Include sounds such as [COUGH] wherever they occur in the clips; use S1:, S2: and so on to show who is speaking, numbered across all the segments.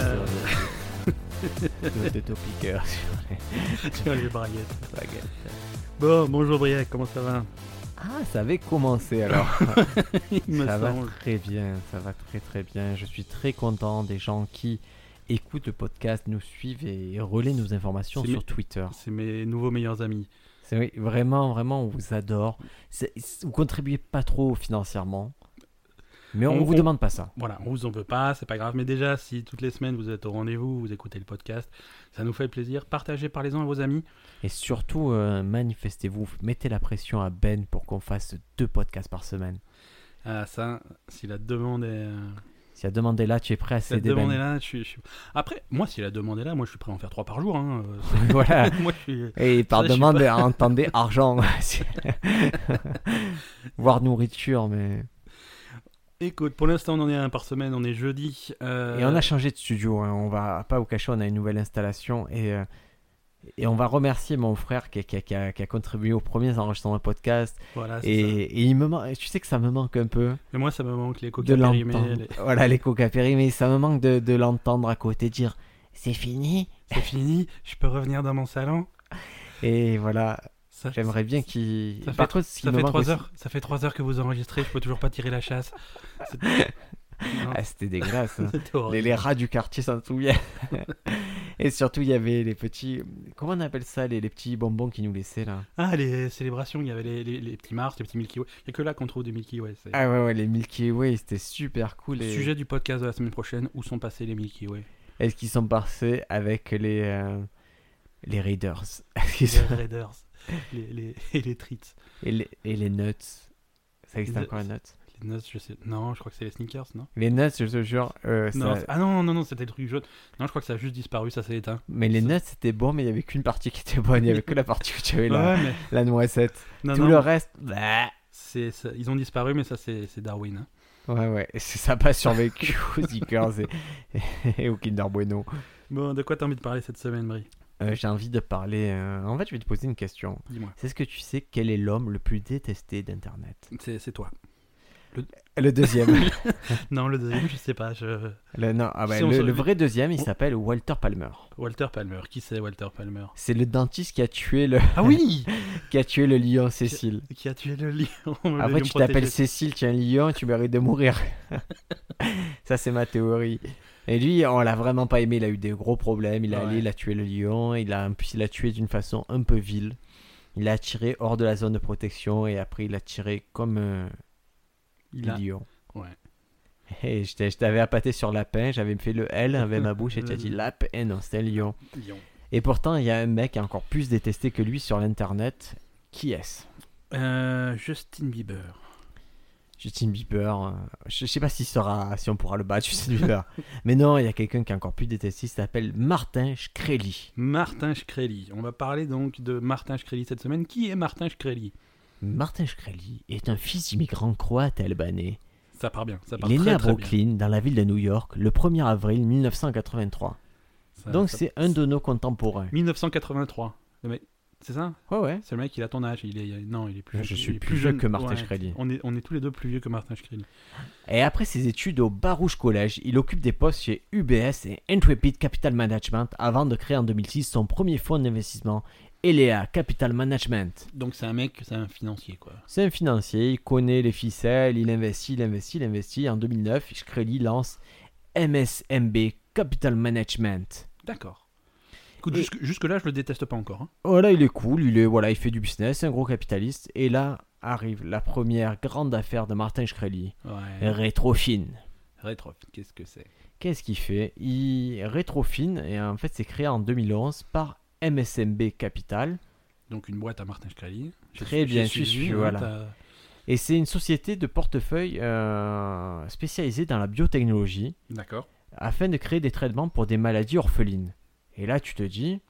S1: Euh, de, de, de piqueur sur les,
S2: sur les braguettes.
S1: baguettes.
S2: Bon, bonjour Briac, comment ça va
S1: [LAUGHS]
S2: [LAUGHS]
S1: Ah, ça avait commencé alors.
S2: Il me
S1: ça va
S2: semble.
S1: très bien, ça va très très bien. Je suis très content des gens qui écoutent le podcast, nous suivent et relaient nos informations
S2: C'est
S1: sur
S2: mes-
S1: Twitter.
S2: C'est mes nouveaux meilleurs amis.
S1: C'est oui, vraiment, vraiment, on vous adore. C'est- c'est- Vous contribuez pas trop financièrement, mais on,
S2: On-
S1: vous
S2: on-
S1: demande pas ça.
S2: Voilà, on vous en veut pas, c'est pas grave, mais déjà, si toutes les semaines vous êtes au rendez-vous, vous écoutez le podcast, ça nous fait plaisir. Partagez, parlez-en à vos amis.
S1: Et surtout, euh, manifestez-vous, mettez la pression à Ben pour qu'on fasse deux podcasts par semaine.
S2: Ah, ça, si la demande est, euh,
S1: Si la demande est là, tu es prêt à
S2: si la
S1: céder.
S2: demande est
S1: Ben.
S2: là, je suis, je suis- Après, moi, si la demande est là, moi, je suis prêt à en faire trois par jour. hein, euh, [LAUGHS]
S1: [LAUGHS]
S2: c'est-
S1: voilà.
S2: moi, je suis...
S1: Et par
S2: Ça, je sais
S1: demande, entendez
S2: [LAUGHS]
S1: argent. C'est- Voire nourriture, mais.
S2: Écoute, pour l'instant, on en est à un par semaine, on est jeudi. euh,
S1: Et on a changé de studio, hein. on va pas vous cacher, on a une nouvelle installation et, euh, et on va remercier mon frère qui, qui- qui a, qui a contribué aux premiers enregistrements de podcast.
S2: Voilà, Ah, c'est
S1: Et,
S2: ça.
S1: et il me man- tu sais que ça me manque un peu
S2: Mais moi, ça me manque les
S1: de
S2: coca périmés,
S1: l'entendre.
S2: les-
S1: Voilà, les coca mais ça me manque de, de l'entendre à côté dire c'est fini.
S2: C'est fini, je peux revenir dans mon salon.
S1: Et voilà,
S2: Ça,
S1: j'aimerais bien qu'il.
S2: Ça
S1: Par contre, ce qui
S2: ça
S1: me
S2: fait
S1: manque
S2: trois
S1: aussi-
S2: heures. Ça fait trois heures que vous enregistrez. Je peux toujours pas tirer la chasse.
S1: [LAUGHS]
S2: C'est- Non,
S1: Ah, c'était dégueulasse. hein.
S2: c'était horrible.
S1: Les, les rats du quartier s'en souviennent. [LAUGHS] et surtout, il y avait les petits. Comment on appelle ça Les, les petits bonbons qu'ils nous laissaient là
S2: Ah, les célébrations, il y avait les, les- les petits Mars, les petits Milky Way. Il n'y a que là qu'on trouve des Milky Way. c'est-
S1: Ah ouais, ouais, les Milky Way, c'était super cool. Et...
S2: Sujet du podcast de la semaine prochaine, où sont passés les Milky Way
S1: Est-ce qu'ils sont passés avec les. euh, les Raiders [LAUGHS] Est-ce qu'ils
S2: Les
S1: sont-
S2: Raiders les, les, [LAUGHS] et les Treats.
S1: et, les, et les Nuts Ça existe
S2: Les-
S1: encore les Nuts
S2: Les Nuts, je sais. Non, je crois que c'est les Sneakers, non
S1: Les Nuts, je te jure. euh,
S2: non,
S1: ça-
S2: c'est- Ah non, non, non, c'était le truc jaune. Non, je crois que ça a juste disparu, ça s'est éteint.
S1: Mais les Nuts, c'était bon, mais il n'y avait qu'une partie qui était bonne. Il n'y avait que la partie où tu avais la, [LAUGHS]
S2: Ouais, mais.
S1: la noisette.
S2: Non,
S1: Tout
S2: non,
S1: le reste. bah,
S2: c'est- ça- Ils ont disparu, mais ça, c'est c'est Darwin. hein.
S1: Ouais, ouais. Et c'est- Ça n'a pas survécu [LAUGHS] aux Zickers et, et aux Kinder Bueno.
S2: Bon, de quoi t'as envie de parler cette semaine, Brie
S1: Euh, J'ai envie de parler. euh, En fait, je vais te poser une question.
S2: Dis-moi.
S1: C'est ce que tu sais quel est l'homme le plus détesté d'Internet
S2: C'est c'est toi.
S1: Le deuxième.
S2: Non, le deuxième, je sais pas. Je...
S1: [LAUGHS] le, non, ah ouais,
S2: Si on
S1: le-
S2: se-
S1: le vrai deuxième, il
S2: on-
S1: s'appelle Walter Palmer.
S2: Walter Palmer. Qui c'est Walter Palmer
S1: C'est le dentiste qui a tué le,
S2: Ah oui
S1: [LAUGHS] qui a tué le lion Cécile.
S2: [LAUGHS] Qui a tué le lion le
S1: Après,
S2: lion
S1: Ah, tu t'appelles
S2: protégé.
S1: Cécile, tu es un lion, tu mérites de mourir. [LAUGHS] Ça, c'est ma théorie. Et lui, on l'a vraiment pas aimé. Il a eu des gros problèmes. Il a
S2: Ouais.
S1: allé, il a tué le lion. Il a, en plus, il a tué d'une façon un peu vile. Il l'a tiré hors de la zone de protection et après, il l'a tiré comme un
S2: Il a-
S1: lion. [LAUGHS]
S2: Ouais.
S1: Et je t'ai- je t'avais appâté sur lapin, j'avais fait le L avec ma bouche et
S2: [LAUGHS]
S1: tu as dit lapin. Et non, c'était un lion.
S2: Lion.
S1: Et pourtant, il y a un mec encore plus détesté que lui sur l'internet. Qui est-ce
S2: Euh, Justin Bieber.
S1: Justin Bieber. euh, Je, je sais pas s'il sera, si on pourra le battre, Justin
S2: [LAUGHS]
S1: Bieber. Mais non, il y a quelqu'un qui est encore plus détesté. Il s'appelle Martin Shkreli.
S2: Martin Shkreli. On va parler donc de Martin Shkreli cette semaine. Qui est Martin Shkreli
S1: Martin Shkreli est un fils d'immigrants croates albanais.
S2: Ça part bien. Ça part
S1: Il est
S2: très,
S1: né à
S2: très bien.
S1: Brooklyn, dans la ville de New York, le 1er avril 1983.
S2: Ça-
S1: Donc
S2: ça-
S1: c'est un de nos contemporains.
S2: 1983. Le mec- C'est ça
S1: Ouais, ouais.
S2: C'est le mec, il a ton âge. Il est... il est- Non, il est plus
S1: Je
S2: il
S1: suis
S2: est
S1: plus jeune que Martin
S2: Ouais.
S1: Shkreli.
S2: On est, on est tous les deux plus vieux que Martin Shkreli.
S1: Et après ses études au Baruch College, il occupe des postes chez UBS et Intrepid Capital Management avant de créer en 2006 son premier fonds d'investissement, Elea Capital Management.
S2: Donc c'est un mec, c'est un financier quoi.
S1: C'est un financier, il connaît les ficelles, il investit, il investit, il investit. En 2009, Shkreli lance MSMB Capital Management.
S2: D'accord. Écoute,
S1: Et-
S2: jusque- jusque-là, je le déteste pas encore. hein.
S1: Voilà, il est cool, il, est, voilà, il fait du business, c'est un gros capitaliste. Et là arrive la première grande affaire de Martin Shkreli,
S2: Ouais.
S1: Rétrofin.
S2: Rétrofit, qu'est-ce que c'est
S1: Qu'est-ce qu'il fait Il rétrofine, et en fait c'est créé en 2011 par MSMB Capital,
S2: Donc une boîte à Martin Shkreli. J'ai-
S1: Très bien,
S2: j'ai
S1: suis-
S2: hein,
S1: voilà.
S2: t'as-
S1: et c'est une société de portefeuille euh, spécialisée dans la biotechnologie.
S2: D'accord.
S1: afin de créer des traitements pour des maladies orphelines. Et là, tu te dis,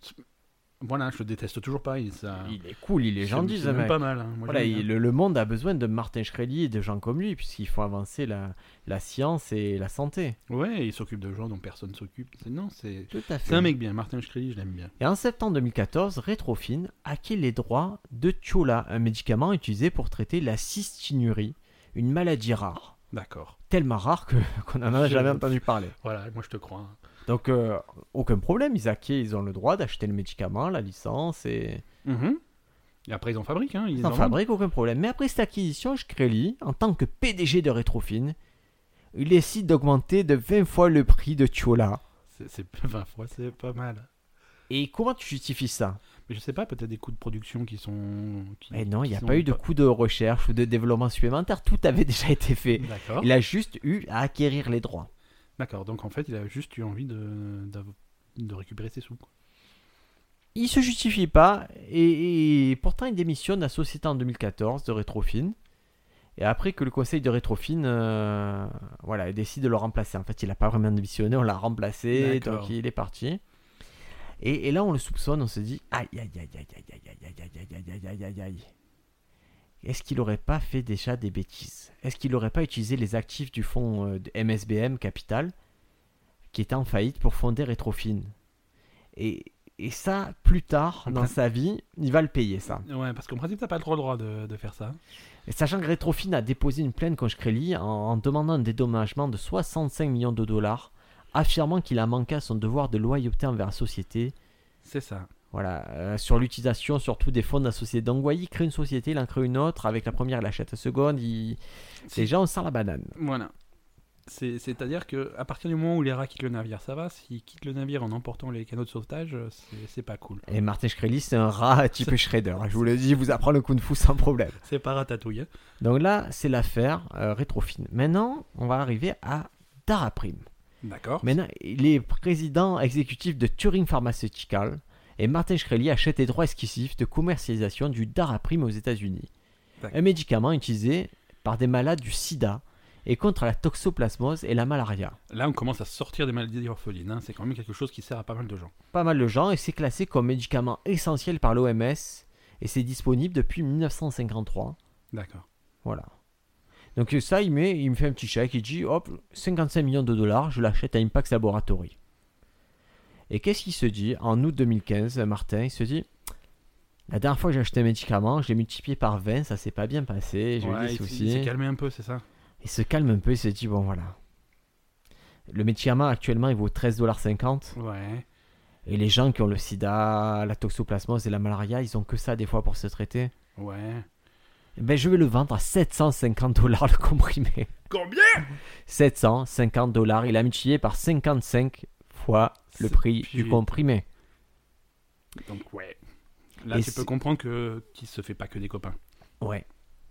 S2: Voilà, je le déteste toujours pas. Il, ça...
S1: il est cool, il est
S2: ça Ah. me
S1: gentil,
S2: fait
S1: ce
S2: même
S1: mec.
S2: pas mal. hein. Moi,
S1: Voilà,
S2: j'aime
S1: il-
S2: bien.
S1: le, le monde a besoin de Martin Shkreli et de gens comme lui, puisqu'il faut avancer la, la science et la santé.
S2: Ouais, il s'occupe de gens dont personne s'occupe. C'est- Non, c'est.
S1: Tout à
S2: C'est un mec bien, Martin Shkreli, je l'aime bien.
S1: Et en septembre 2014, Retrofin acquiert les droits de Tiola, un médicament utilisé pour traiter la cystinurie, une maladie rare.
S2: D'accord.
S1: Tellement rare que- [LAUGHS] qu'on n'en a
S2: Je-
S1: jamais entendu parler.
S2: Voilà, moi je te crois. hein.
S1: Donc, euh, aucun problème, ils acquièrent, ils ont le droit d'acheter le médicament, la licence et.
S2: Mhm. Et après, ils en fabriquent. Hein, ils
S1: Mm-hmm. Ils en fabriquent aucun problème. Mais après cette acquisition, Shkreli, en tant que PDG de Retrofin, il décide d'augmenter de 20 fois le prix de Tiola.
S2: C'est- C'est [LAUGHS] 20 fois, c'est pas mal.
S1: Et comment tu justifies ça
S2: Mais je sais pas, peut-être des coûts de production qui sont. Qui,
S1: Eh non, il n'y a
S2: qui
S1: pas eu
S2: sont
S1: de coût de recherche ou de développement supplémentaire, tout avait déjà été fait.
S2: D'accord.
S1: Il a juste eu à acquérir les droits.
S2: D'accord. Donc en fait, il a juste eu envie de, d'av- de récupérer ses sous. quoi.
S1: Il se justifie pas et, et pourtant il démissionne de la société en 2014 de Retrofin. Et après que le conseil de Retrofin euh, voilà, il décide de le remplacer. En fait, il n'a pas vraiment démissionné, on l'a remplacé,
S2: D'accord.
S1: donc il est parti. Et, et là, on le soupçonne, on se dit aïe aïe aïe aïe aïe aïe aïe aïe aïe aïe aïe aïe aïe. Est-ce qu'il n'aurait pas fait déjà des bêtises Est-ce qu'il n'aurait pas utilisé les actifs du fonds euh, de MSBM Capital qui était en faillite pour fonder Retrofin et, et ça, plus tard
S2: En
S1: dans
S2: prin-
S1: sa vie, il va le payer ça.
S2: Ouais, parce qu'en principe, t'as pas trop le droit de, de faire ça.
S1: Et sachant que Retrofin a déposé une plainte contre Shkreli en, en demandant un dédommagement de 65 millions de dollars, affirmant qu'il a manqué à son devoir de loyauté envers la société.
S2: C'est ça.
S1: Voilà, euh, sur l'utilisation surtout des fonds de la société. Donc, vous voyez, il crée une société, il en crée une autre. Avec la première, il achète la seconde. Il...
S2: C'est-
S1: Déjà, on sent la banane.
S2: Voilà. C'est- C'est-à-dire que à partir du moment où les rats quittent le navire, ça va. S'ils quittent le navire en emportant les canaux de sauvetage, euh, c'est- c'est pas cool.
S1: Et Martin Shkreli, c'est un rat type Shredder. Je vous le dis, il vous apprend le kung fu sans problème.
S2: C'est pas ratatouille. hein.
S1: Donc là, c'est l'affaire euh, Retrofin. Maintenant, on va arriver à Daraprim.
S2: D'accord.
S1: Maintenant, il est président exécutif de Turing Pharmaceutical et Martin Shkreli achète les droits exclusifs de commercialisation du Daraprime aux États-Unis.
S2: D'accord.
S1: Un médicament utilisé par des malades du sida et contre la toxoplasmose et la malaria.
S2: Là, on commence à sortir des maladies orphelines. hein. C'est quand même quelque chose qui sert à pas mal de gens.
S1: Pas mal de gens et c'est classé comme médicament essentiel par l'OMS et c'est disponible depuis 1953.
S2: D'accord.
S1: Voilà. Donc ça, il, met, il me fait un petit chèque, il dit, hop, 55 millions de dollars, je l'achète à Impact Laboratory. Et qu'est-ce qu'il se dit En août 2015, Martin, il se dit, la dernière fois que j'ai acheté un médicament, je l'ai multiplié par 20, ça s'est pas bien passé, j'ai
S2: Ouais,
S1: eu des
S2: il s-
S1: soucis.
S2: il s'est calmé un peu, c'est ça
S1: Il se calme un peu, il se dit, bon voilà. Le médicament actuellement, il vaut 13,50$.
S2: Ouais.
S1: Et les gens qui ont le sida, la toxoplasmose et la malaria, ils ont que ça des fois pour se traiter.
S2: Ouais.
S1: Ben, je vais le vendre à 750$ dollars le comprimé.
S2: Combien
S1: 750 dollars. Il a multiplié par 55 fois le
S2: C'est
S1: prix
S2: plus-
S1: du comprimé.
S2: Donc ouais. Là,
S1: Et
S2: tu peux
S1: c'est-
S2: comprendre que qu'il se fait pas que des copains.
S1: Ouais.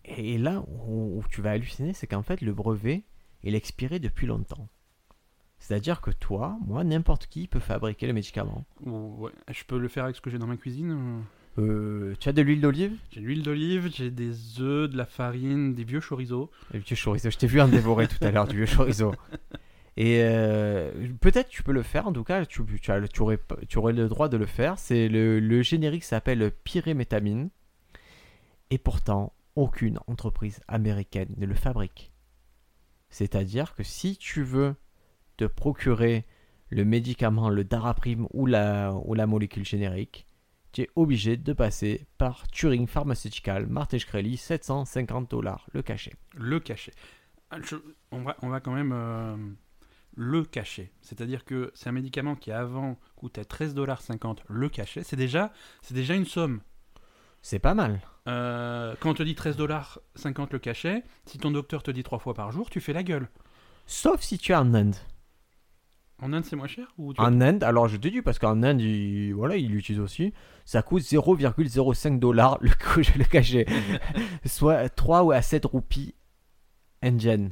S1: Et là où, où tu vas halluciner, c'est qu'en fait, le brevet, il est expiré depuis longtemps. C'est-à-dire que toi, moi, n'importe qui peut fabriquer le médicament.
S2: Ou, ouais, je peux le faire avec ce que j'ai dans ma cuisine. euh.
S1: Euh, tu as de l'huile d'olive
S2: J'ai de l'huile d'olive, j'ai des œufs, de la farine, des vieux chorizo.
S1: Le vieux chorizo. Je t'ai vu en dévorer tout à l'heure du vieux chorizo. Et euh, peut-être tu peux le faire, en tout cas, tu, tu, as le- tu aurais, pas- tu aurais le droit de le faire. C'est le, le générique s'appelle Pyrémétamine. Et pourtant, aucune entreprise américaine ne le fabrique. C'est-à-dire que si tu veux te procurer le médicament, le daraprime ou la, ou la molécule générique, tu es obligé de passer par Turing Pharmaceutical, Martin Shkreli, 750 dollars le cachet.
S2: Le cachet. Ah, je- on, va, on va quand même euh, le cacher. C'est-à-dire que c'est un médicament qui avant coûtait 13,50$ le cachet. C'est déjà, c'est déjà une somme.
S1: C'est pas mal.
S2: Euh, quand on te dit 13,50$ le cachet, si ton docteur te dit trois fois par jour, tu fais la gueule.
S1: Sauf si tu es en Inde.
S2: En Inde, c'est moins cher ou tu-
S1: En Inde, alors je te dis, parce qu'en Inde, il, voilà, il l'utilise aussi, ça coûte 0,05 dollars le, co- le cachet. Soit 3 ou à 7 roupies indiennes.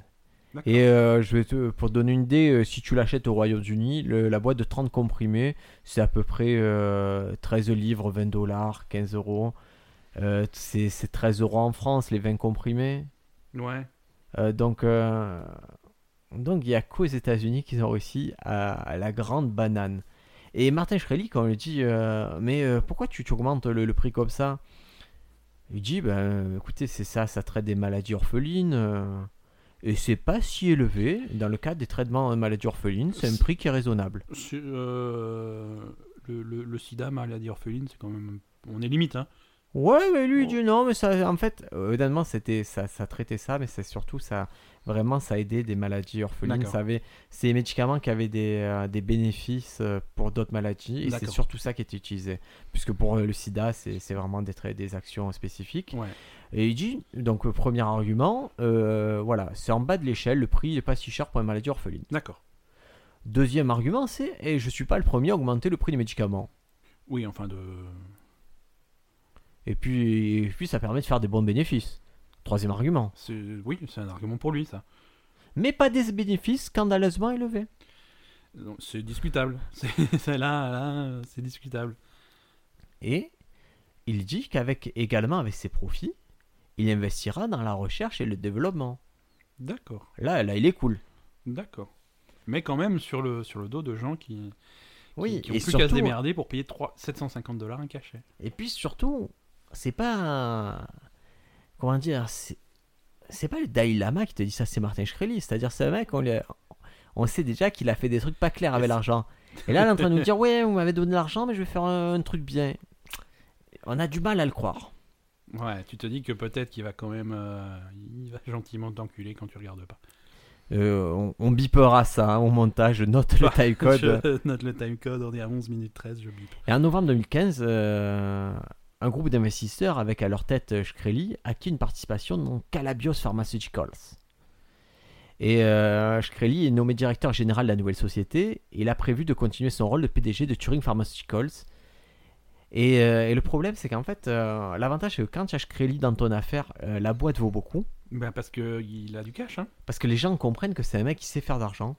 S2: D'accord.
S1: Et euh, je vais te, pour te donner une idée, euh, si tu l'achètes aux Royaume-Uni, le- la boîte de 30 comprimés, c'est à peu près euh, 13 livres, 20 dollars, 15 euros. Euh, c'est c'est 13 euros en France, les 20 comprimés.
S2: Ouais.
S1: Euh, donc, euh, donc il n'y a qu'aux États-Unis qu'ils ont réussi à, à la grande banane. Et Martin Shkreli, quand on lui dit euh, Mais euh, pourquoi tu, tu augmentes le, le prix comme ça Il dit Ben écoutez, c'est ça, ça traite des maladies orphelines. euh, et c'est pas si élevé. Dans le cas des traitements de maladies orphelines, c'est un prix qui est raisonnable.
S2: C'est, euh, le, le, le sida, maladie orpheline, c'est quand même. On est limite, hein.
S1: Ouais, mais lui, il dit non, mais ça, en fait, euh, honnêtement, c'était, ça, ça traitait ça, mais c'est surtout ça, vraiment, ça aidait des maladies orphelines.
S2: D'accord.
S1: Ça avait, c'est des médicaments qui avaient des, euh, des bénéfices euh, pour d'autres maladies, et c'est
S2: D'accord.
S1: surtout ça qui était utilisé. Puisque pour euh, le sida, c'est, c'est vraiment des, tra- des actions spécifiques.
S2: Ouais.
S1: Et il dit, donc, le premier argument, euh, voilà, c'est en bas de l'échelle, le prix n'est pas si cher pour les maladies orphelines.
S2: D'accord.
S1: Deuxième argument, c'est, et je suis pas le premier à augmenter le prix des médicaments.
S2: Oui, enfin de.
S1: Et puis, et puis ça permet de faire des bons bénéfices. Troisième argument.
S2: c'est- Oui, c'est un argument pour lui, ça.
S1: mais pas des bénéfices scandaleusement élevés.
S2: Donc, C'est discutable. [LAUGHS] C'est c'est là, là, euh, c'est discutable.
S1: Et il dit qu'avec également avec ses profits, il investira dans la recherche et le développement.
S2: D'accord,
S1: Là, là, il est cool.
S2: d'accord. Mais quand même sur le sur le dos de gens qui qui-
S1: Oui,
S2: qui ont
S1: et
S2: plus qu'à se
S1: surtout,
S2: démerder pour payer 3, 750 dollars un cachet.
S1: et puis surtout, c'est pas un- comment dire, c'est c'est pas le Dalai Lama qui te dit ça, c'est Martin Shkreli. C'est-à-dire, c'est un mec, on, lui a- on sait déjà qu'il a fait des trucs pas clairs avec
S2: c'est-
S1: l'argent. Et là, il est en train de
S2: [LAUGHS]
S1: nous dire, ouais, vous m'avez donné l'argent, mais je vais faire un, un truc bien. On a du mal à le croire.
S2: Ouais, tu te dis que peut-être qu'il va quand même euh, il va gentiment t'enculer quand tu regardes pas.
S1: Euh, on, on bipera ça hein, au montage, note le
S2: Bah,
S1: time code.
S2: Je [LAUGHS] note le time code, on est à 11 minutes 13, je bip.
S1: [LAUGHS] Et en novembre 2015, euh, un groupe d'investisseurs avec à leur tête euh, Shkreli acquit une participation dans Calabios Pharmaceuticals. Et euh, Shkreli est nommé directeur général de la nouvelle société. Il a prévu de continuer son rôle de PDG de Turing Pharmaceuticals. Et, euh, et le problème, c'est qu'en fait, euh, l'avantage, c'est que quand tu as Shkreli dans ton affaire, euh, la boîte vaut beaucoup.
S2: Bah parce que il a du cash hein. [LAUGHS]
S1: Parce que les gens comprennent que c'est un mec qui sait faire d'argent.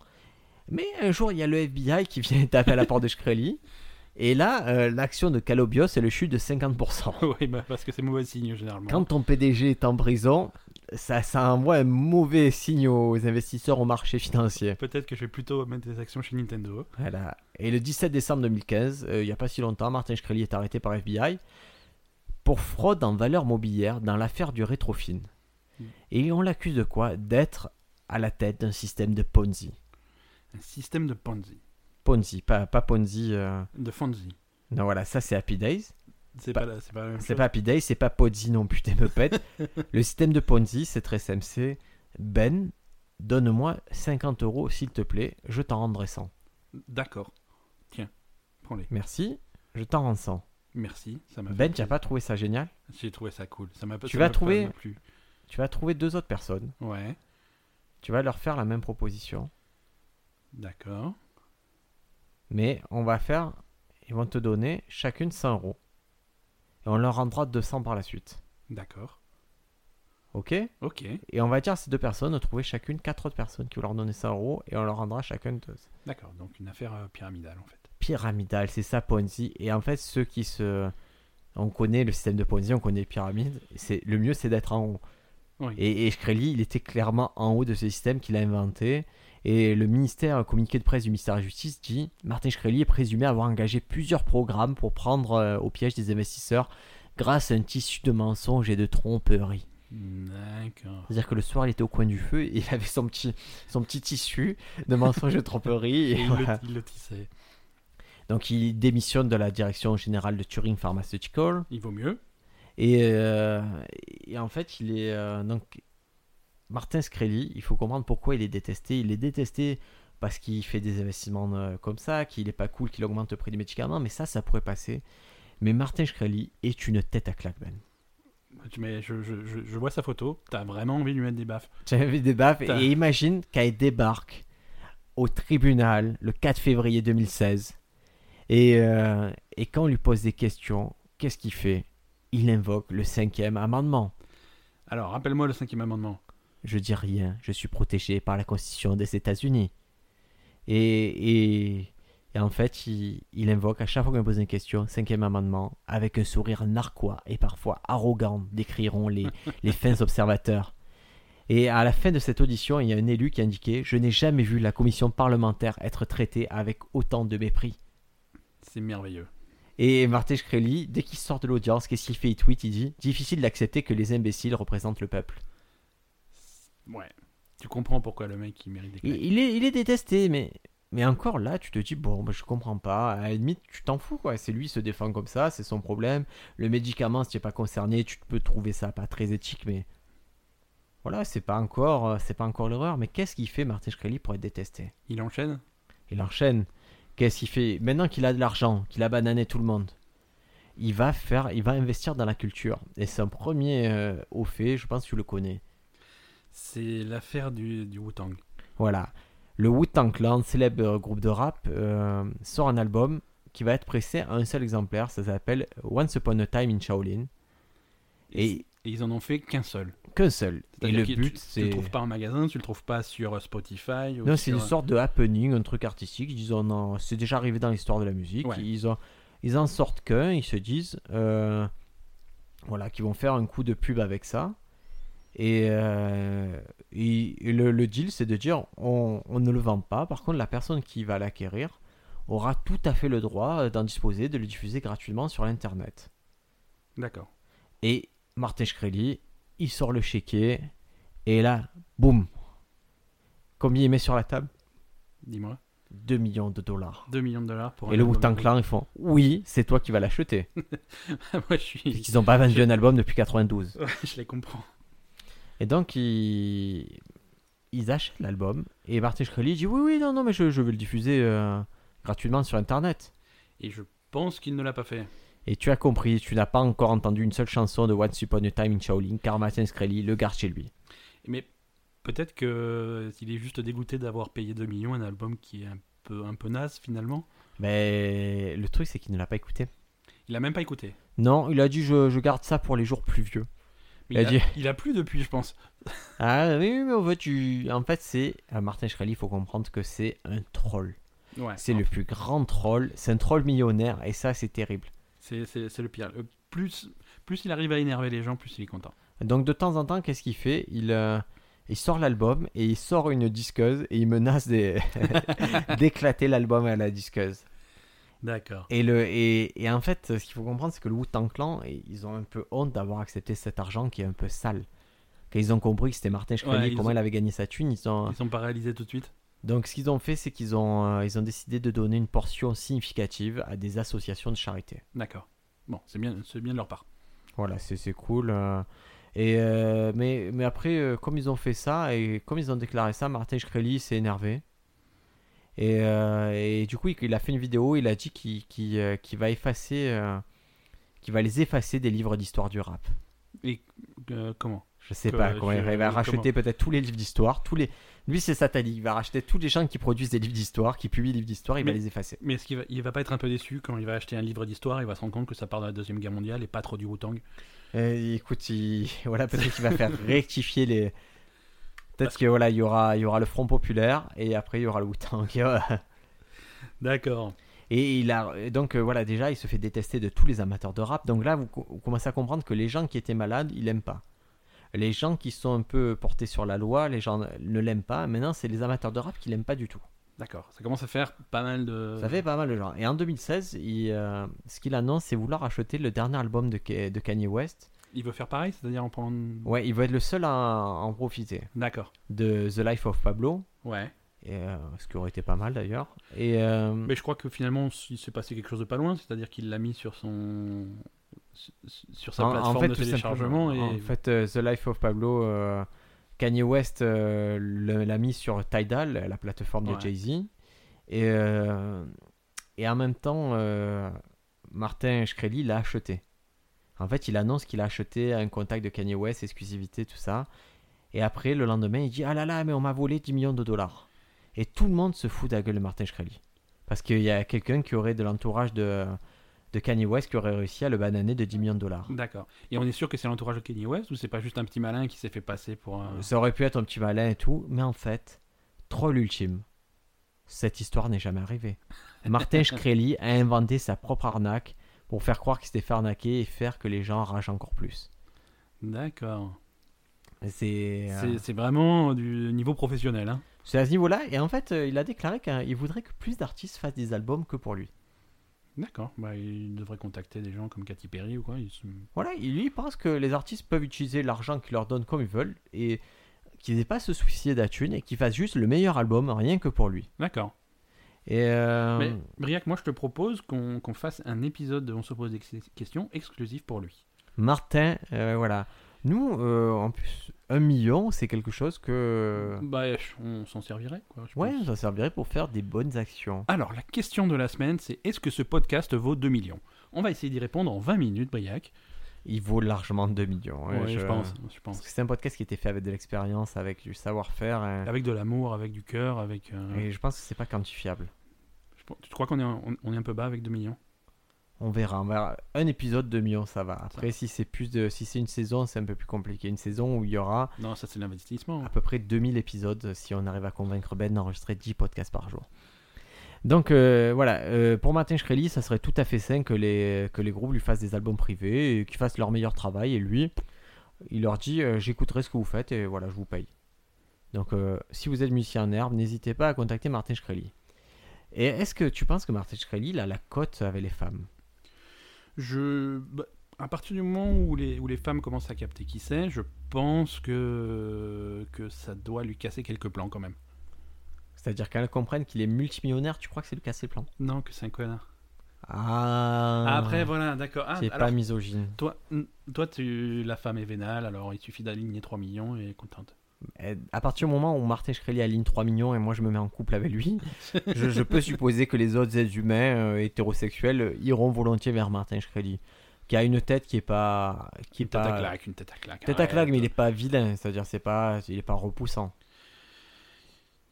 S1: Mais un jour, il y a le FBI qui vient [LAUGHS] taper à la porte de Shkreli. Et là, euh, l'action de Calobios, elle chute de 50%.
S2: oui, bah parce que c'est mauvais signe généralement.
S1: Quand ton PDG est en prison, ça, ça envoie un mauvais signe aux investisseurs au marché financier.
S2: Peut-être que je vais plutôt mettre des actions chez Nintendo.
S1: Voilà. Et le 17 décembre 2015, euh, il n'y a pas si longtemps, Martin Shkreli est arrêté par FBI pour fraude en valeur mobilière dans l'affaire du rétrofine.
S2: Mm.
S1: Et on l'accuse de quoi D'être à la tête d'un système de Ponzi.
S2: Un système de Ponzi,
S1: Ponzi, pas, pas Ponzi. euh,
S2: de Fonzi.
S1: Non, voilà, ça c'est Happy Days.
S2: C'est
S1: Bah,
S2: pas la- c'est pas la même
S1: C'est
S2: chose.
S1: pas Happy Days, c'est pas Ponzi non plus, t'es me pète. Le système de Ponzi, c'est très simple. C'est Ben, donne-moi 50 euros s'il te plaît, je t'en rendrai 100.
S2: D'accord. Tiens, prends-les.
S1: Merci, je t'en rends 100.
S2: Bah, Merci, ça m'a
S1: Ben,
S2: fait
S1: tu as
S2: plaisir.
S1: pas trouvé ça génial
S2: J'ai trouvé ça cool. Ça m'a
S1: Tu
S2: ça
S1: vas
S2: m'a pas
S1: trouver-
S2: non plus.
S1: Tu vas trouver deux autres personnes,
S2: Ouais,
S1: tu vas leur faire la même proposition,
S2: d'accord.
S1: mais on va faire. Ils vont te donner chacune 100 euros. Et on leur rendra 200 par la suite.
S2: D'accord.
S1: Ok
S2: Ok,
S1: Et on va dire à ces deux personnes de trouver chacune quatre autres personnes qui vont leur donner 100 euros et on leur rendra chacun deux.
S2: d'accord. Donc une affaire euh, pyramidale en fait.
S1: Pyramidal, c'est ça Ponzi. Et en fait, ceux qui se. On connaît le système de Ponzi, on connaît les pyramides. C'est... Le mieux, c'est d'être en haut.
S2: Oui.
S1: Et, et Shkreli, il était clairement en haut de ce système qu'il a inventé. Et le ministère, un communiqué de presse du ministère de la Justice dit Martin Shkreli est présumé avoir engagé plusieurs programmes pour prendre euh, au piège des investisseurs grâce à un tissu de mensonges et de tromperies.
S2: D'accord.
S1: C'est-à-dire que le soir, il était au coin du feu et il avait son petit, son petit tissu de mensonges et
S2: [LAUGHS]
S1: de tromperies.
S2: Et
S1: Et
S2: il,
S1: voilà.
S2: le, il le tissait.
S1: Donc il démissionne de la direction générale de Turing Pharmaceutical
S2: Il vaut mieux.
S1: et, euh, et en fait il est euh, donc Martin Screlly, il faut comprendre pourquoi il est détesté. Il est détesté parce qu'il fait des investissements euh, comme ça, qu'il est pas cool, qu'il augmente le prix des médicaments, mais ça, ça pourrait passer. Mais Martin Shkreli est une tête à claque, Ben.
S2: Mais je, je, je, je vois sa photo. T'as vraiment envie de lui mettre des baffes.
S1: J'avais vu des baffes
S2: Putain.
S1: et imagine qu'elle débarque au tribunal le 4 février 2016 et, euh, et quand on lui pose des questions, qu'est-ce qu'il fait Il invoque le cinquième amendement.
S2: Alors, rappelle-moi le cinquième amendement.
S1: Je dis rien, je suis protégé par la Constitution des États-Unis. Et, et, et en fait, il, il invoque à chaque fois qu'on lui pose une question, cinquième amendement, avec un sourire narquois et parfois arrogant, décriront les, les fins observateurs. Et à la fin de cette audition, il y a un élu qui a indiqué Je n'ai jamais vu la commission parlementaire être traitée avec autant de mépris.
S2: C'est merveilleux.
S1: Et Martin Shkreli, dès qu'il sort de l'audience, qu'est-ce qu'il fait Il tweet, il dit Difficile d'accepter que les imbéciles représentent le peuple.
S2: Ouais. Tu comprends pourquoi le mec il mérite des
S1: Il,
S2: claques.
S1: il est, il est détesté, mais, Mais encore là, tu te dis, bon, bah, je comprends pas. À la limite, tu t'en fous, quoi. C'est lui, il se défend comme ça, c'est son problème. Le médicament, si tu n'es pas concerné, tu peux trouver ça pas très éthique, mais. Voilà, c'est pas encore, euh, c'est pas encore l'horreur. Mais qu'est-ce qu'il fait, Martin Shkreli, pour être détesté
S2: Il enchaîne
S1: Il enchaîne. Qu'est-ce qu'il fait Maintenant qu'il a de l'argent, qu'il a banané tout le monde, il va faire, il va investir dans la culture. Et c'est un premier euh, au fait, je pense que tu le connais.
S2: C'est l'affaire du, du Wu-Tang.
S1: Voilà. Le Wu-Tang Clan, célèbre groupe de rap, euh, sort un album qui va être pressé à un seul exemplaire. Ça s'appelle Once Upon a Time in Shaolin. Et
S2: Et ils en ont fait qu'un seul.
S1: qu'un seul. Et
S2: C'est-à-dire
S1: le
S2: que tu-
S1: but,
S2: Tu le
S1: c'est.
S2: trouves pas en magasin, tu le trouves pas sur euh, Spotify. ou
S1: Non, c'est
S2: sur- euh,
S1: une sorte de happening, un truc artistique. Ils disent, oh non, c'est déjà arrivé dans l'histoire de la musique.
S2: Ouais.
S1: Ils, ont, ils en sortent qu'un, ils se disent, euh, voilà, qu'ils vont faire un coup de pub avec ça. Et, euh, et- et le, le deal, c'est de dire, on, on ne le vend pas. Par contre, la personne qui va l'acquérir aura tout à fait le droit euh, d'en disposer, de le diffuser gratuitement sur Internet.
S2: D'accord.
S1: Et Martin Shkreli, il sort le chéquier. Et là, boum. Combien il met sur la table
S2: Dis-moi.
S1: 2 millions de dollars.
S2: 2 millions de dollars pour
S1: Et
S2: un
S1: le
S2: album
S1: Wu-Tang
S2: de-
S1: Clan, ils font Oui, c'est toi qui vas l'acheter.
S2: [LAUGHS] Moi, je suis.
S1: Ils n'ont pas vendu un album depuis 92.
S2: Ouais, [LAUGHS] je les comprends.
S1: Et donc, ils, ils achètent l'album. Et Martin Shkreli dit Oui, oui, non, non, mais je, je vais le diffuser euh, gratuitement sur Internet.
S2: Et je pense qu'il ne l'a pas fait.
S1: Et tu as compris, tu n'as pas encore entendu une seule chanson de Once Upon a Time in Shaolin, car Martin Shkreli le garde chez lui.
S2: Mais peut-être que euh, il est juste dégoûté d'avoir payé 2 millions un album qui est un peu un peu naze finalement.
S1: Mais le truc, c'est qu'il ne l'a pas écouté.
S2: Il a même pas écouté.
S1: Non, il a dit Je, je garde ça pour les jours plus vieux.
S2: Mais
S1: Il a dit-
S2: il a plus depuis, je pense.
S1: Ah oui, oui, mais en fait, tu... en fait c'est. euh, Martin Shkreli, il faut comprendre que c'est un troll.
S2: Ouais.
S1: C'est le plus grand troll, c'est un troll millionnaire et ça c'est terrible.
S2: C'est c'est- c'est le pire. Le Plus plus il arrive à énerver les gens, plus il est content.
S1: Donc de temps en temps, qu'est-ce qu'il fait il, euh, il sort l'album et il sort une disqueuse et il menace des- [LAUGHS] d'éclater l'album à la disqueuse.
S2: D'accord.
S1: Et, le, et, et en fait, ce qu'il faut comprendre, c'est que le Wu-Tang Clan, et ils ont un peu honte d'avoir accepté cet argent qui est un peu sale. Quand ils ont compris que c'était Martin Shkreli,
S2: Ouais, ils
S1: comment
S2: ont-
S1: il avait gagné sa thune, ils ont...
S2: Ils sont pas réalisés tout de suite.
S1: Donc ce qu'ils ont fait, c'est qu'ils ont, euh, ils ont décidé de donner une portion significative à des associations de charité.
S2: D'accord. Bon, c'est bien, c'est bien de leur part.
S1: Voilà, c'est c'est cool. euh, et euh, mais, mais après, euh, comme ils ont fait ça et comme ils ont déclaré ça, Martin Shkreli s'est énervé. Et, euh, et du coup, il, il a fait une vidéo, il a dit qu'il qu'il, euh, qu'il va effacer, euh, qu'il va les effacer des livres d'histoire du rap.
S2: Euh, comment
S1: Je sais
S2: Que-
S1: pas comment il
S2: je-
S1: va- il va
S2: comment
S1: racheter peut-être tous les livres d'histoire, tous les. Lui, c'est satanique. Il va racheter tous les gens qui produisent des livres d'histoire, qui publient des livres d'histoire, il va
S2: Mais-
S1: les effacer.
S2: Mais est-ce qu'il va, il va pas être un peu déçu quand il va acheter un livre d'histoire, il va se rendre compte que ça part de la Deuxième Guerre mondiale et pas trop du Wu-Tang
S1: Euh, écoute, il- [LAUGHS] voilà, peut-être qu'il va faire rectifier les.
S2: Parce
S1: Peut-être que voilà, il y aura, il y aura le Front populaire et après il y aura le Wu-Tang. [LAUGHS] Et, voilà.
S2: D'accord.
S1: Et il a et donc euh, voilà, déjà il se fait détester de tous les amateurs de rap. Donc là, vous, co- vous commencez à comprendre que les gens qui étaient malades, ils l'aiment pas. Les gens qui sont un peu portés sur la loi, les gens ne l'aiment pas. Maintenant, c'est les amateurs de rap qui l'aiment pas du tout.
S2: D'accord. Ça commence à faire pas mal de.
S1: Ça fait pas mal de gens. Et en 2016, il, euh, ce qu'il annonce, c'est vouloir acheter le dernier album de, Ke- de Kanye West.
S2: Il veut faire pareil, c'est-à-dire en prendre.
S1: Ouais, il veut être le seul à en profiter.
S2: D'accord.
S1: de The Life of Pablo,
S2: Ouais.
S1: et, euh, ce qui aurait été pas mal d'ailleurs. Et euh,
S2: Mais je crois que finalement, il s'est passé quelque chose de pas loin, c'est-à-dire qu'il l'a mis sur son. sur sa plateforme de
S1: tout
S2: téléchargement. Et...
S1: simplement, en fait, euh, The Life of Pablo, euh, Kanye West euh, le- l'a mis sur Tidal, la plateforme de
S2: Ouais.
S1: Jay-Z, et, euh, et en même temps, euh, Martin Shkreli l'a acheté. En fait, il annonce qu'il a acheté à un contact de Kanye West, exclusivité, tout ça. Et après, le lendemain, il dit Ah là là, mais on m'a volé 10 millions de dollars. Et tout le monde se fout de la gueule de Martin Shkreli. Parce qu'il y a quelqu'un qui aurait de l'entourage de, de Kanye West qui aurait réussi à le bananer de 10 millions de dollars.
S2: D'accord. Et on est sûr que c'est l'entourage de Kanye West ou c'est pas juste un petit malin qui s'est fait passer pour un.
S1: Euh, Ça aurait pu être un petit malin et tout, mais en fait, troll ultime. Cette histoire n'est jamais arrivée. Martin Shkreli a inventé sa propre arnaque pour faire croire qu'il s'était fait arnaquer et faire que les gens ragent encore plus.
S2: D'accord.
S1: C'est euh,
S2: C'est- C'est vraiment du niveau professionnel. Hein.
S1: c'est à ce niveau-là, et en fait, euh, il a déclaré qu'il voudrait que plus d'artistes fassent des albums que pour lui.
S2: D'accord. Bah, il devrait contacter des gens comme Katy Perry ou quoi. il se-
S1: Voilà, il lui pense que les artistes peuvent utiliser l'argent qu'ils leur donnent comme ils veulent et qu'ils n'aient pas à se soucier de la thune et qu'ils fassent juste le meilleur album rien que pour lui.
S2: D'accord.
S1: Et euh,
S2: Mais Briac, moi je te propose qu'on qu'on fasse un épisode de On se pose des questions exclusif pour lui.
S1: Martin, euh, voilà. Nous, euh, en plus, un million, c'est quelque chose que.
S2: Bah, je- on s'en servirait. Quoi, je
S1: Euh. Ouais,
S2: pense.
S1: ça servirait pour faire des bonnes actions.
S2: Alors, la question de la semaine, c'est est-ce que ce podcast vaut 2 millions On va essayer d'y répondre en 20 minutes, Briac.
S1: Il vaut largement 2 millions. ouais,
S2: Ouais, je... pense. Je
S1: Parce
S2: pense.
S1: que c'est un podcast qui était fait avec de l'expérience, avec du savoir-faire. hein.
S2: Avec de l'amour, avec du cœur, avec. euh,
S1: Et je pense que c'est pas quantifiable.
S2: je pense- Tu crois qu'on est, un- on, on est un peu bas avec 2 millions
S1: On verra, on verra. Un épisode, 2 millions, ça va. Après, si c'est plus de, si c'est une saison, c'est un peu plus compliqué. Une saison où il y aura
S2: Non, ça c'est de l'investissement.
S1: à peu près 2000 épisodes euh, si on arrive à convaincre Ben d'enregistrer 10 podcasts par jour. Donc euh, voilà, euh, pour Martin Shkreli, ça serait tout à fait sain que les, que les groupes lui fassent des albums privés, et qu'ils fassent leur meilleur travail, et lui, il leur dit euh, j'écouterai ce que vous faites, et voilà, je vous paye. Donc euh, si vous êtes musicien en herbe, n'hésitez pas à contacter Martin Shkreli. Et est-ce que tu penses que Martin Shkreli, il a la cote avec les femmes
S2: Je. bah, à partir du moment où les, où les femmes commencent à capter qui c'est, je pense que, que ça doit lui casser quelques plans quand même.
S1: C'est-à-dire qu'elles comprennent qu'il est multimillionnaire, tu crois que c'est le casser le plan
S2: Non, que c'est un connard.
S1: Ah
S2: Après, voilà, d'accord. Ah,
S1: C'est
S2: alors,
S1: pas misogyne.
S2: toi, toi tu, la femme est vénale, alors il suffit d'aligner 3 millions et contente.
S1: Euh, À partir du moment où Martin Shkreli aligne 3 millions et moi je me mets en couple avec
S2: [LAUGHS]
S1: lui, je, je peux supposer que les autres êtres humains euh, hétérosexuels euh, iront volontiers vers Martin Shkreli, qui a une tête qui est pas. Qui est
S2: Une tête à
S1: pas-
S2: claque, une tête à claque.
S1: Tête à claque,
S2: arrête.
S1: mais il est pas vilain, c'est-à-dire c'est pas, il est pas repoussant.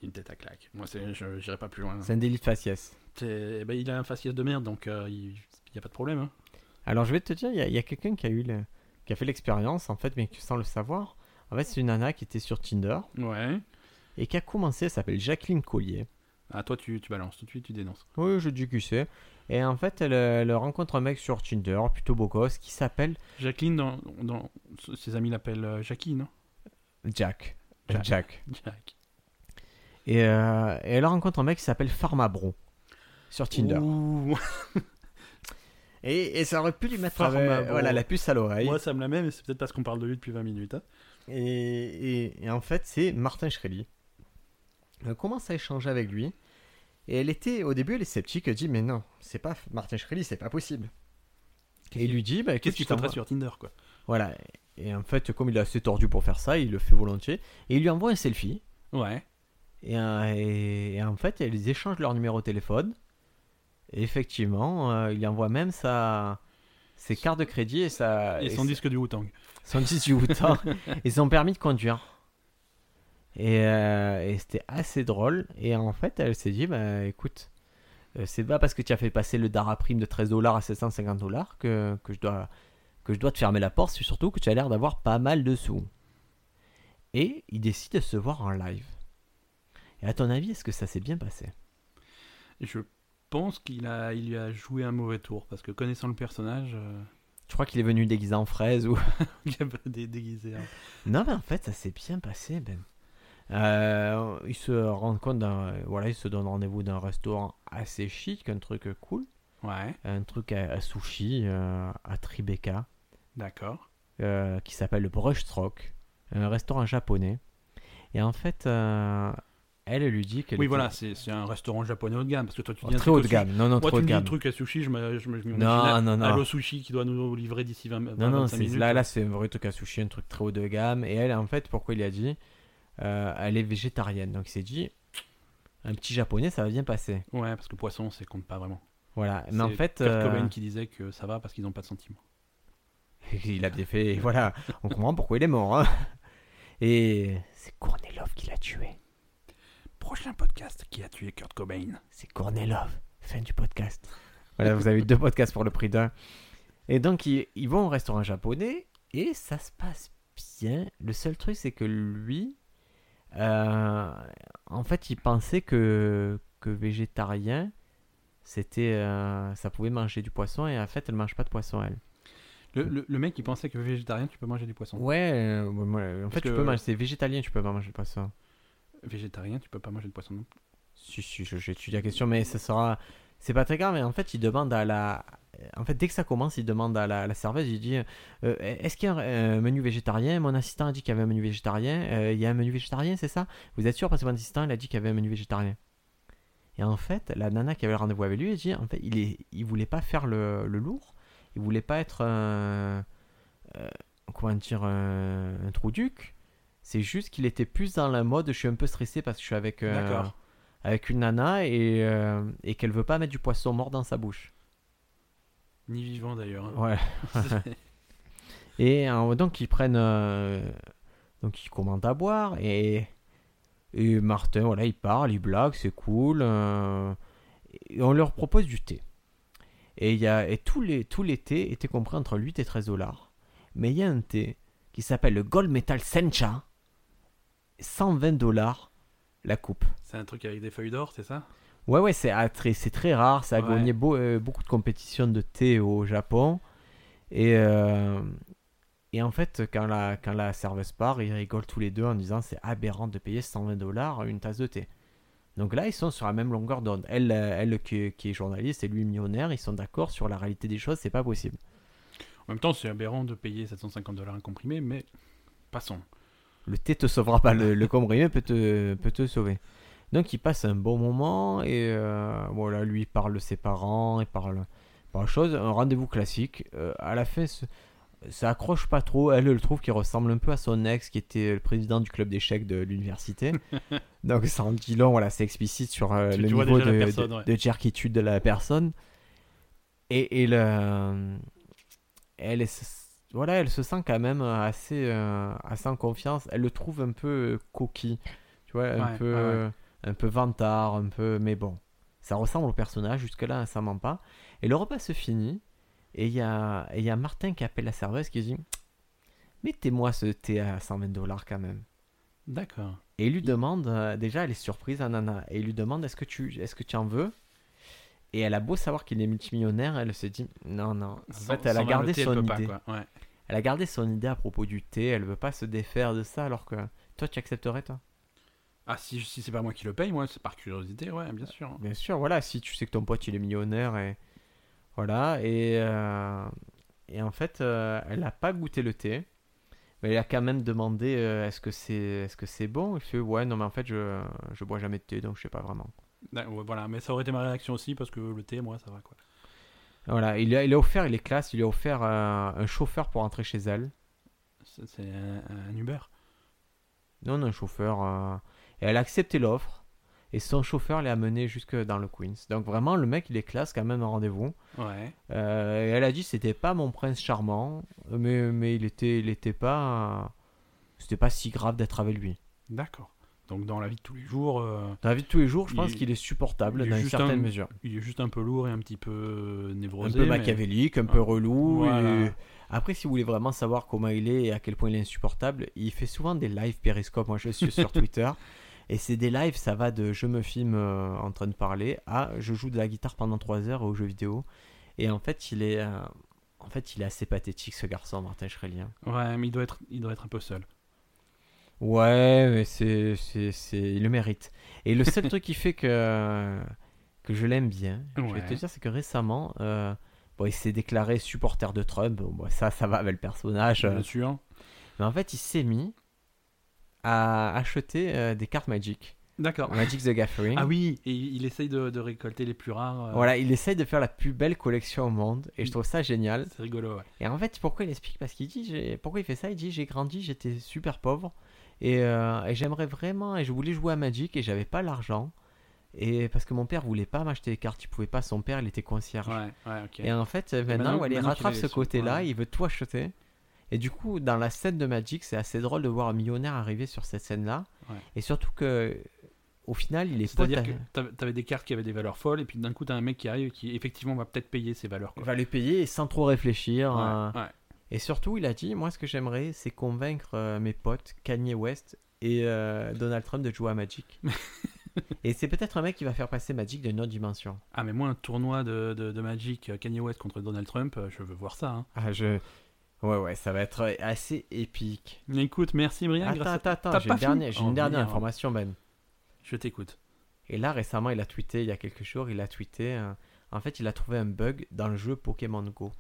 S2: Une tête à claque. Moi, c'est- je j'irai pas plus loin.
S1: C'est un délit de faciès.
S2: C'est- eh ben, il a un faciès de merde, donc euh, il n'y a pas de problème. hein.
S1: Alors je vais te dire, il y a, il y a quelqu'un qui a eu, le- qui a fait l'expérience en fait, mais qui- sans le savoir. En fait, c'est une nana qui était sur Tinder
S2: Ouais.
S1: et qui a commencé, elle s'appelle Jacqueline Collier.
S2: Ah, toi, tu, tu balances tout de suite, tu dénonces.
S1: Oui, je dis qui c'est. Et en fait, elle, elle rencontre un mec sur Tinder, plutôt beau gosse, qui s'appelle
S2: Jacqueline, dans, dans- ses amis l'appellent euh, Jackie, non
S1: Jack.
S2: Jack.
S1: Jack.
S2: Jack.
S1: Et, euh, et elle rencontre un mec qui s'appelle Pharmabron sur Tinder.
S2: [LAUGHS] Ouh,
S1: Et, et ça aurait pu lui mettre
S2: Pharma
S1: euh,
S2: Bro.
S1: voilà, la puce à l'oreille.
S2: moi, ça me la met, mais c'est peut-être parce qu'on parle de lui depuis 20 minutes. hein.
S1: Et, et- et en fait, c'est Martin Shkreli. Elle commence à échanger avec lui. Et elle était, au début, elle est sceptique. Elle dit Mais non, c'est pas Martin Shkreli, c'est pas possible. Et il lui dit bah,
S2: Qu'est-ce qu'il
S1: tu t'envoies
S2: fera sur Tinder, quoi
S1: Voilà. Et en fait, comme il est assez tordu pour faire ça, il le fait volontiers. Et il lui envoie un selfie.
S2: Ouais.
S1: Et, euh, et- et en fait, ils échangent leur numéro de téléphone. Et effectivement, euh, il lui envoie même sa, ses cartes de crédit Ah, et, sa,
S2: Et son
S1: sa-
S2: disque du Wu-Tang.
S1: son disque du Wu-Tang et son permis de conduire. Et, euh, et c'était assez drôle. Et en fait, elle s'est dit bah, écoute, euh, c'est pas parce que tu as fait passer le Dara Prime de 13 dollars à 750 dollars que, que, je dois, que je dois te fermer la porte. C'est surtout que tu as l'air d'avoir pas mal de sous. Et il décide de se voir en live. Et à ton avis, est-ce que ça s'est bien passé
S2: Je pense qu'il a, il lui a joué un mauvais tour, parce que connaissant le personnage, euh, [LAUGHS]
S1: Tu crois qu'il est venu déguisé en fraise ou
S2: il a pas dé- déguisé. hein.
S1: Non, mais en fait, ça s'est bien passé, Ben. Euh, ils se rendent compte d'un. Voilà, ils se donnent rendez-vous d'un restaurant assez chic, un truc cool,
S2: Ouais,
S1: un truc à, à sushi, euh, à Tribeca,
S2: d'accord.
S1: euh, qui s'appelle le Brush Stroke, un restaurant japonais. Et en fait, euh, elle elle lui dit qu'elle.
S2: Oui,
S1: était-
S2: voilà, c'est c'est un restaurant japonais haut de gamme, parce que toi, tu
S1: Oh,
S2: dis un
S1: très
S2: truc
S1: haut
S2: au
S1: de
S2: sushi.
S1: gamme. Non, non,
S2: Moi,
S1: trop
S2: tu
S1: haut de
S2: me dis le
S1: gamme.
S2: truc à sushi, je me je me- je m'imagine
S1: Non, non, non.
S2: Allo Sushi qui doit nous livrer d'ici 20 minutes.
S1: Non, non,
S2: 25
S1: c'est-
S2: minutes.
S1: là, là c'est un vrai truc à sushi, un truc très haut de gamme. Et elle, en fait, pourquoi il a dit euh, Elle est végétarienne. Donc il s'est dit Un petit japonais, ça va bien passer.
S2: Ouais, parce que poisson, c'est compte pas vraiment.
S1: Voilà, mais en
S2: C'est
S1: fait,
S2: Kurt
S1: euh,
S2: Cobain qui disait que ça va parce qu'ils n'ont pas de sentiments.
S1: [LAUGHS] il a bien fait, et voilà, on comprend pourquoi il est mort. hein. Et c'est Kornelov qui l'a tué.
S2: Prochain podcast qui a tué Kurt Cobain.
S1: C'est Kornelov, fin du podcast. Voilà, vous avez deux podcasts pour le prix d'un. Et donc, ils, ils vont au restaurant japonais et ça se passe bien. Le seul truc, c'est que lui, euh, en fait, il pensait que, que végétarien, c'était, euh, ça pouvait manger du poisson et en fait, elle mange pas de poisson, elle.
S2: Le, le- le mec, il pensait que végétarien, tu peux manger du poisson.
S1: Ouais, euh, ouais, ouais, en
S2: Parce
S1: fait, tu
S2: que-
S1: peux manger, c'est végétalien, tu peux pas manger de poisson.
S2: Végétarien, tu peux pas manger de poisson non plus.
S1: Si, si, je- j'étudie la question, mais ça sera. C'est pas très grave, mais en fait, il demande à la. En fait, dès que ça commence, il demande à la, à la serveuse, il dit euh, Est-ce qu'il y a un euh, menu végétarien Mon assistant a dit qu'il y avait un menu végétarien. Euh, il y a un menu végétarien, c'est ça Vous êtes sûr Parce que mon assistant, il a dit qu'il y avait un menu végétarien. Et en fait, la nana qui avait le rendez-vous avec lui, elle dit, en fait, il, est, il voulait pas faire le, le lourd, il voulait pas être un, euh, comment dire, un, un trou-duc. C'est juste qu'il était plus dans la mode, je suis un peu stressé parce que je suis avec, euh,
S2: D'accord.
S1: avec une nana et, euh, et qu'elle veut pas mettre du poisson mort dans sa bouche.
S2: Ni vivant d'ailleurs. hein.
S1: Ouais.
S2: C'est-
S1: Et euh, donc ils prennent, euh, donc ils commandent à boire et, et Martin, voilà, il parle, il blague, c'est cool. euh, et on leur propose du thé. Et il y a et tous les tous les thés étaient compris entre 8 et 13 dollars. Mais il y a un thé qui s'appelle le Gold Metal Sencha, 120 dollars la coupe.
S2: C'est un truc avec des feuilles d'or, c'est ça
S1: Ouais ouais, c'est ah, très c'est très rare, ça a
S2: Ouais.
S1: gagné beau- euh, beaucoup de compétitions de thé au Japon. Et, euh, et en fait, quand la, quand la serveuse part, ils rigolent tous les deux en disant c'est aberrant de payer 120 dollars une tasse de thé. Donc là, ils sont sur la même longueur d'onde. Elle, euh, elle qui, qui est journaliste et lui millionnaire, ils sont d'accord sur la réalité des choses, c'est pas possible.
S2: En même temps, c'est aberrant de payer 750 dollars un comprimé, mais passons.
S1: Le thé te sauvera pas, le, le comprimé peut te, peut te sauver. Donc ils passent un bon moment et euh, voilà, lui il parle de ses parents, il parle par chose, un rendez-vous classique. Euh, à la fin, ce- ça accroche pas trop. Elle elle trouve qu'il ressemble un peu à son ex qui était le président du club d'échecs de
S2: [LAUGHS]
S1: l'université. Donc ça en dit long, voilà, c'est explicite sur euh,
S2: Tu-
S1: le
S2: tu vois
S1: niveau
S2: déjà
S1: de,
S2: la personne,
S1: de,
S2: ouais.
S1: de jerkitude de la personne. Et, et le- elle, est- voilà, elle se sent quand même assez, euh, assez en confiance. Elle le trouve un peu euh, coquille, tu vois, un
S2: Ouais,
S1: peu, euh,
S2: ouais,
S1: un peu vantard, un peu, mais bon. Ça ressemble au personnage, jusque-là, hein, ça ment pas. Et le repas se finit, et il y a, et il y a Martin qui appelle la serveuse qui dit Mettez-moi ce thé à 120 dollars quand même.
S2: D'accord.
S1: Et il lui demande, euh, déjà elle est surprise, la nana, et il lui demande Est-ce que, tu, est que tu en veux Et elle a beau savoir qu'il est multimillionnaire, elle se dit Non, non. En
S2: Sans-
S1: fait, elle a
S2: sans
S1: gardé
S2: variété, elle
S1: son
S2: peut pas,
S1: idée.
S2: quoi. Ouais.
S1: elle a gardé son idée à propos du thé, elle veut pas se défaire de ça alors que. Toi, tu accepterais, toi
S2: Ah, si, si c'est pas moi qui le paye, moi, c'est par curiosité, ouais, bien sûr.
S1: Bien sûr, voilà, si tu sais que ton pote il est millionnaire et voilà et euh, et en fait euh, elle n'a pas goûté le thé, mais elle a quand même demandé euh, est-ce que c'est est-ce que c'est bon Il fait ouais non mais en fait je je bois jamais de thé donc je sais pas vraiment.
S2: Ouais, ouais, Voilà, mais ça aurait été ma réaction aussi, parce que le thé, moi, ça va, quoi.
S1: Voilà, il lui a, il lui a offert il est classe, il lui a offert euh, un chauffeur pour rentrer chez elle.
S2: C'est c'est un, un Uber.
S1: Non, non, un chauffeur. euh, Et elle a accepté l'offre. Et son chauffeur l'a amené jusque dans le Queens. Donc vraiment, le mec, il est classe quand même un rendez-vous.
S2: Ouais.
S1: Euh, et elle a dit c'était pas mon prince charmant, mais, mais il était il était pas euh, c'était pas si grave d'être avec lui.
S2: D'accord. Donc, dans la vie de tous les jours, euh,
S1: Dans la vie de tous les jours, je
S2: Il-
S1: pense qu'il est supportable
S2: il est
S1: dans une
S2: juste
S1: certaine
S2: un-
S1: mesure.
S2: il est juste un peu lourd et un petit peu euh,
S1: Un
S2: névrosé.
S1: peu
S2: mais-
S1: machiavélique, un peu relou.
S2: Voilà.
S1: et- Après, si vous voulez vraiment savoir comment il est et à quel point il est insupportable, il fait souvent des lives Periscope. Moi, je le suis
S2: [LAUGHS]
S1: sur Twitter. Et c'est des lives, ça va de je me filme euh, en train de parler à je joue de la guitare pendant 3 heures aux jeux vidéo. Et en fait, il est, euh, en fait, il est assez pathétique, ce garçon, Martin Schrélien.
S2: Ouais, mais il doit, être, il doit être un peu seul.
S1: Ouais, mais c'est, c'est, c'est... il le mérite. Et le
S2: [LAUGHS]
S1: seul truc qui fait que, que je l'aime bien, je vais te
S2: Ouais.
S1: dire, c'est que récemment, euh, bon, il s'est déclaré supporter de Trump. Bon, bah, ça, ça va avec le personnage. euh.
S2: Bien sûr.
S1: Mais en fait, il s'est mis à acheter euh, des cartes Magic.
S2: D'accord.
S1: Magic the Gathering.
S2: Ah oui, et il essaye de, de récolter les plus rares. euh,
S1: Voilà, il essaye de faire la plus belle collection au monde et je trouve ça génial.
S2: C'est rigolo, ouais.
S1: Et en fait, pourquoi il explique Parce qu'il dit, j'ai- pourquoi il fait ça Il dit, j'ai grandi, j'étais super pauvre et, euh, et j'aimerais vraiment, et je voulais jouer à Magic et j'avais pas l'argent. Et parce que mon père voulait pas m'acheter les cartes, il pouvait pas, son père, il était concierge.
S2: Ouais, ouais, ok.
S1: Et en fait, euh, maintenant,
S2: maintenant-
S1: ouais, il
S2: maintenant qu'il
S1: rattrape
S2: est
S1: ce
S2: sur-
S1: côté-là,
S2: ouais.
S1: il veut tout acheter. Et du coup, dans la scène de Magic, c'est assez drôle de voir un millionnaire arriver sur cette scène-là.
S2: Ouais.
S1: Et surtout que, au final, il est
S2: C'est-à-dire
S1: pote euh.
S2: que
S1: à-
S2: t'avais- t'avais des cartes qui avaient des valeurs folles, et puis d'un coup, t'as un mec qui arrive qui, effectivement, va peut-être payer ses valeurs.
S1: il
S2: Quoi.
S1: va le payer sans trop réfléchir. euh,
S2: Ouais, ouais.
S1: Et surtout, il a dit, moi, ce que j'aimerais, c'est convaincre euh, mes potes Kanye West et euh, Donald Trump de jouer à
S2: [LAUGHS]
S1: Magic. et c'est peut-être un mec qui va faire passer Magic d'une autre dimension.
S2: Ah, mais moi, un tournoi de, de, de Magic euh, Kanye West contre Donald Trump, euh, je veux voir ça. hein.
S1: Ah, je... Ouais, ouais, ça va être assez épique.
S2: Mais écoute, merci Brian.
S1: Attends,
S2: grâce à-
S1: attends, attends,
S2: T'as
S1: j'ai
S2: pas
S1: une
S2: fini
S1: dernière, j'ai
S2: Oh,
S1: une dernière
S2: merde.
S1: information, Ben.
S2: Je t'écoute.
S1: Et là, récemment, il a tweeté, il y a quelques jours, il a tweeté... euh, En fait, il a trouvé un bug dans le jeu Pokémon Go.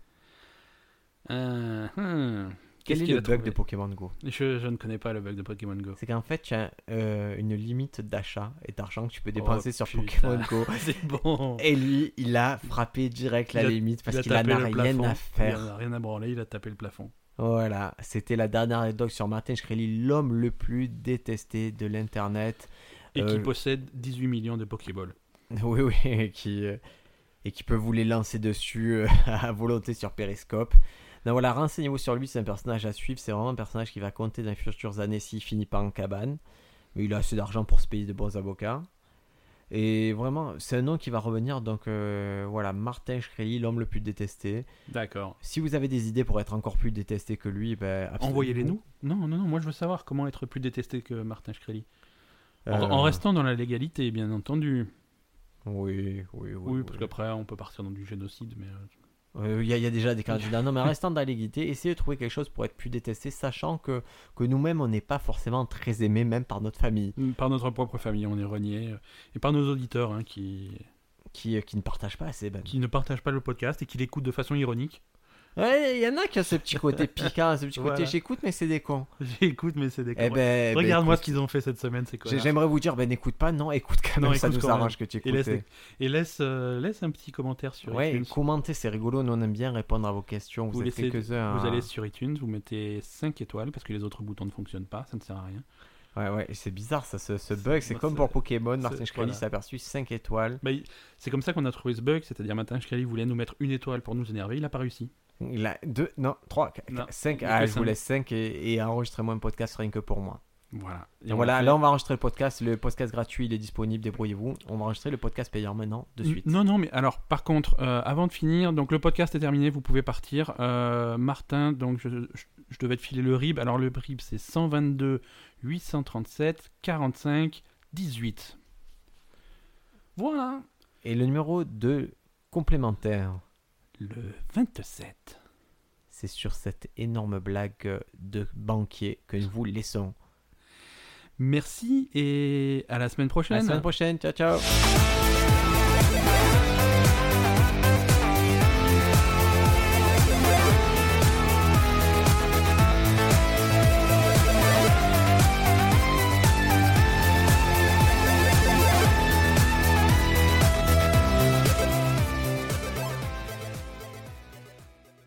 S2: Euh, hmm.
S1: Quel
S2: Qu'est-ce
S1: est,
S2: qu'il
S1: le
S2: a
S1: bug
S2: trouvé
S1: de Pokémon Go
S2: Je, je ne connais pas le bug de Pokémon Go.
S1: [LAUGHS] C'est qu'en fait, tu as euh, une limite d'achat et d'argent que tu peux
S2: Oh,
S1: dépenser sur
S2: putain.
S1: Pokémon Go.
S2: C'est bon.
S1: Et lui, il a frappé direct la
S2: Il a-
S1: limite parce
S2: Il a
S1: qu'il en a
S2: tapé le
S1: rien
S2: plafond.
S1: à faire.
S2: Il en a rien à branler, il a tapé le plafond.
S1: Voilà, c'était la dernière anecdote sur Martin Shkreli, l'homme le plus détesté de l'internet. [LAUGHS]
S2: Et
S1: Euh,
S2: qui possède 18 millions de Pokéballs.
S1: Oui, oui, et qui, euh, et qui peut vous les lancer dessus euh, [LAUGHS] à volonté sur Periscope. Donc voilà, renseignez-vous sur lui, c'est un personnage à suivre, c'est vraiment un personnage qui va compter dans les futures années s'il finit pas en cabane. Mais il a assez d'argent pour se payer de bons avocats. Et vraiment, c'est un nom qui va revenir, donc euh, voilà, Martin Shkreli, l'homme le plus détesté.
S2: D'accord.
S1: Si vous avez des idées pour être encore plus détesté que lui, ben, absolument.
S2: Envoyez-les nous. Non, non, non, moi je veux savoir comment être plus détesté que Martin Shkreli. En,
S1: Euh,
S2: en restant dans la légalité, bien entendu.
S1: Oui, oui, oui.
S2: Oui,
S1: oui.
S2: parce qu'après on peut partir dans du génocide, mais... euh,
S1: Euh, Il y, a- il y a déjà des candidats. Non, mais restant dans l'égalité, essayez de trouver quelque chose pour être plus détesté, sachant que, que nous-mêmes, on n'est pas forcément très aimés, même par notre famille,
S2: euh, Par notre propre famille, on est renié. euh, Et par nos auditeurs hein, qui,
S1: qui, euh, qui ne partage pas assez. Ben.
S2: qui ne partagent pas le podcast et qui l'écoutent de façon ironique. [LAUGHS]
S1: Ouais, il y en a qui ont ce petit côté piquant, ce petit côté
S2: Voilà.
S1: j'écoute, mais c'est des cons.
S2: J'écoute, mais c'est des
S1: Eh
S2: conneries.
S1: ben, ben,
S2: Regarde-moi
S1: écoute,
S2: ce qu'ils ont fait cette semaine, c'est quoi
S1: j'ai- J'aimerais vous dire, ben n'écoute pas, non, écoute quand
S2: Non,
S1: même, ça
S2: écoute
S1: nous
S2: quand
S1: arrange que tu
S2: Et laisse,
S1: écoutes.
S2: et laisse, euh, laisse un petit commentaire sur
S1: Ouais,
S2: iTunes.
S1: commentez, c'est rigolo, nous on aime bien répondre à vos questions. Vous,
S2: Vous
S1: êtes
S2: laissez-
S1: quelques-uns.
S2: Vous
S1: à-
S2: allez sur iTunes, vous mettez 5 étoiles parce que les autres boutons ne fonctionnent pas, ça ne sert à rien.
S1: Ouais, ouais, et c'est bizarre ça, ce, ce bug. C'est
S2: Moi,
S1: comme
S2: c'est-
S1: pour Pokémon,
S2: c'est-
S1: Martin Shkreli
S2: voilà.
S1: s'est aperçu 5 étoiles.
S2: Bah, il- c'est comme ça qu'on a trouvé ce bug, c'est-à-dire Martin Shkreli voulait nous mettre une étoile pour nous énerver, il n'a pas réussi.
S1: Il a 2, non, 3,
S2: Non,
S1: 5.
S2: il y a
S1: Ah,
S2: que
S1: je
S2: cinq.
S1: vous laisse 5 et, et enregistrez-moi un podcast rien que pour moi.
S2: Voilà. Et
S1: Et
S2: on
S1: voilà,
S2: a fait-
S1: là on va enregistrer le podcast. Le podcast gratuit, il est disponible, débrouillez-vous. On va enregistrer le podcast payant maintenant, de suite.
S2: Non, non, mais alors, par contre, euh, avant de finir, donc le podcast est terminé, vous pouvez partir. Euh, Martin, donc je, je- je devais te filer le RIB. Alors, le RIB, c'est 122 837 45 18. Voilà.
S1: Et le numéro 2 complémentaire,
S2: Le 27.
S1: c'est sur cette énorme blague de banquier que nous vous laissons.
S2: Merci et à la semaine
S1: À la
S2: prochaine.
S1: semaine prochaine, ciao ciao!
S3: Thank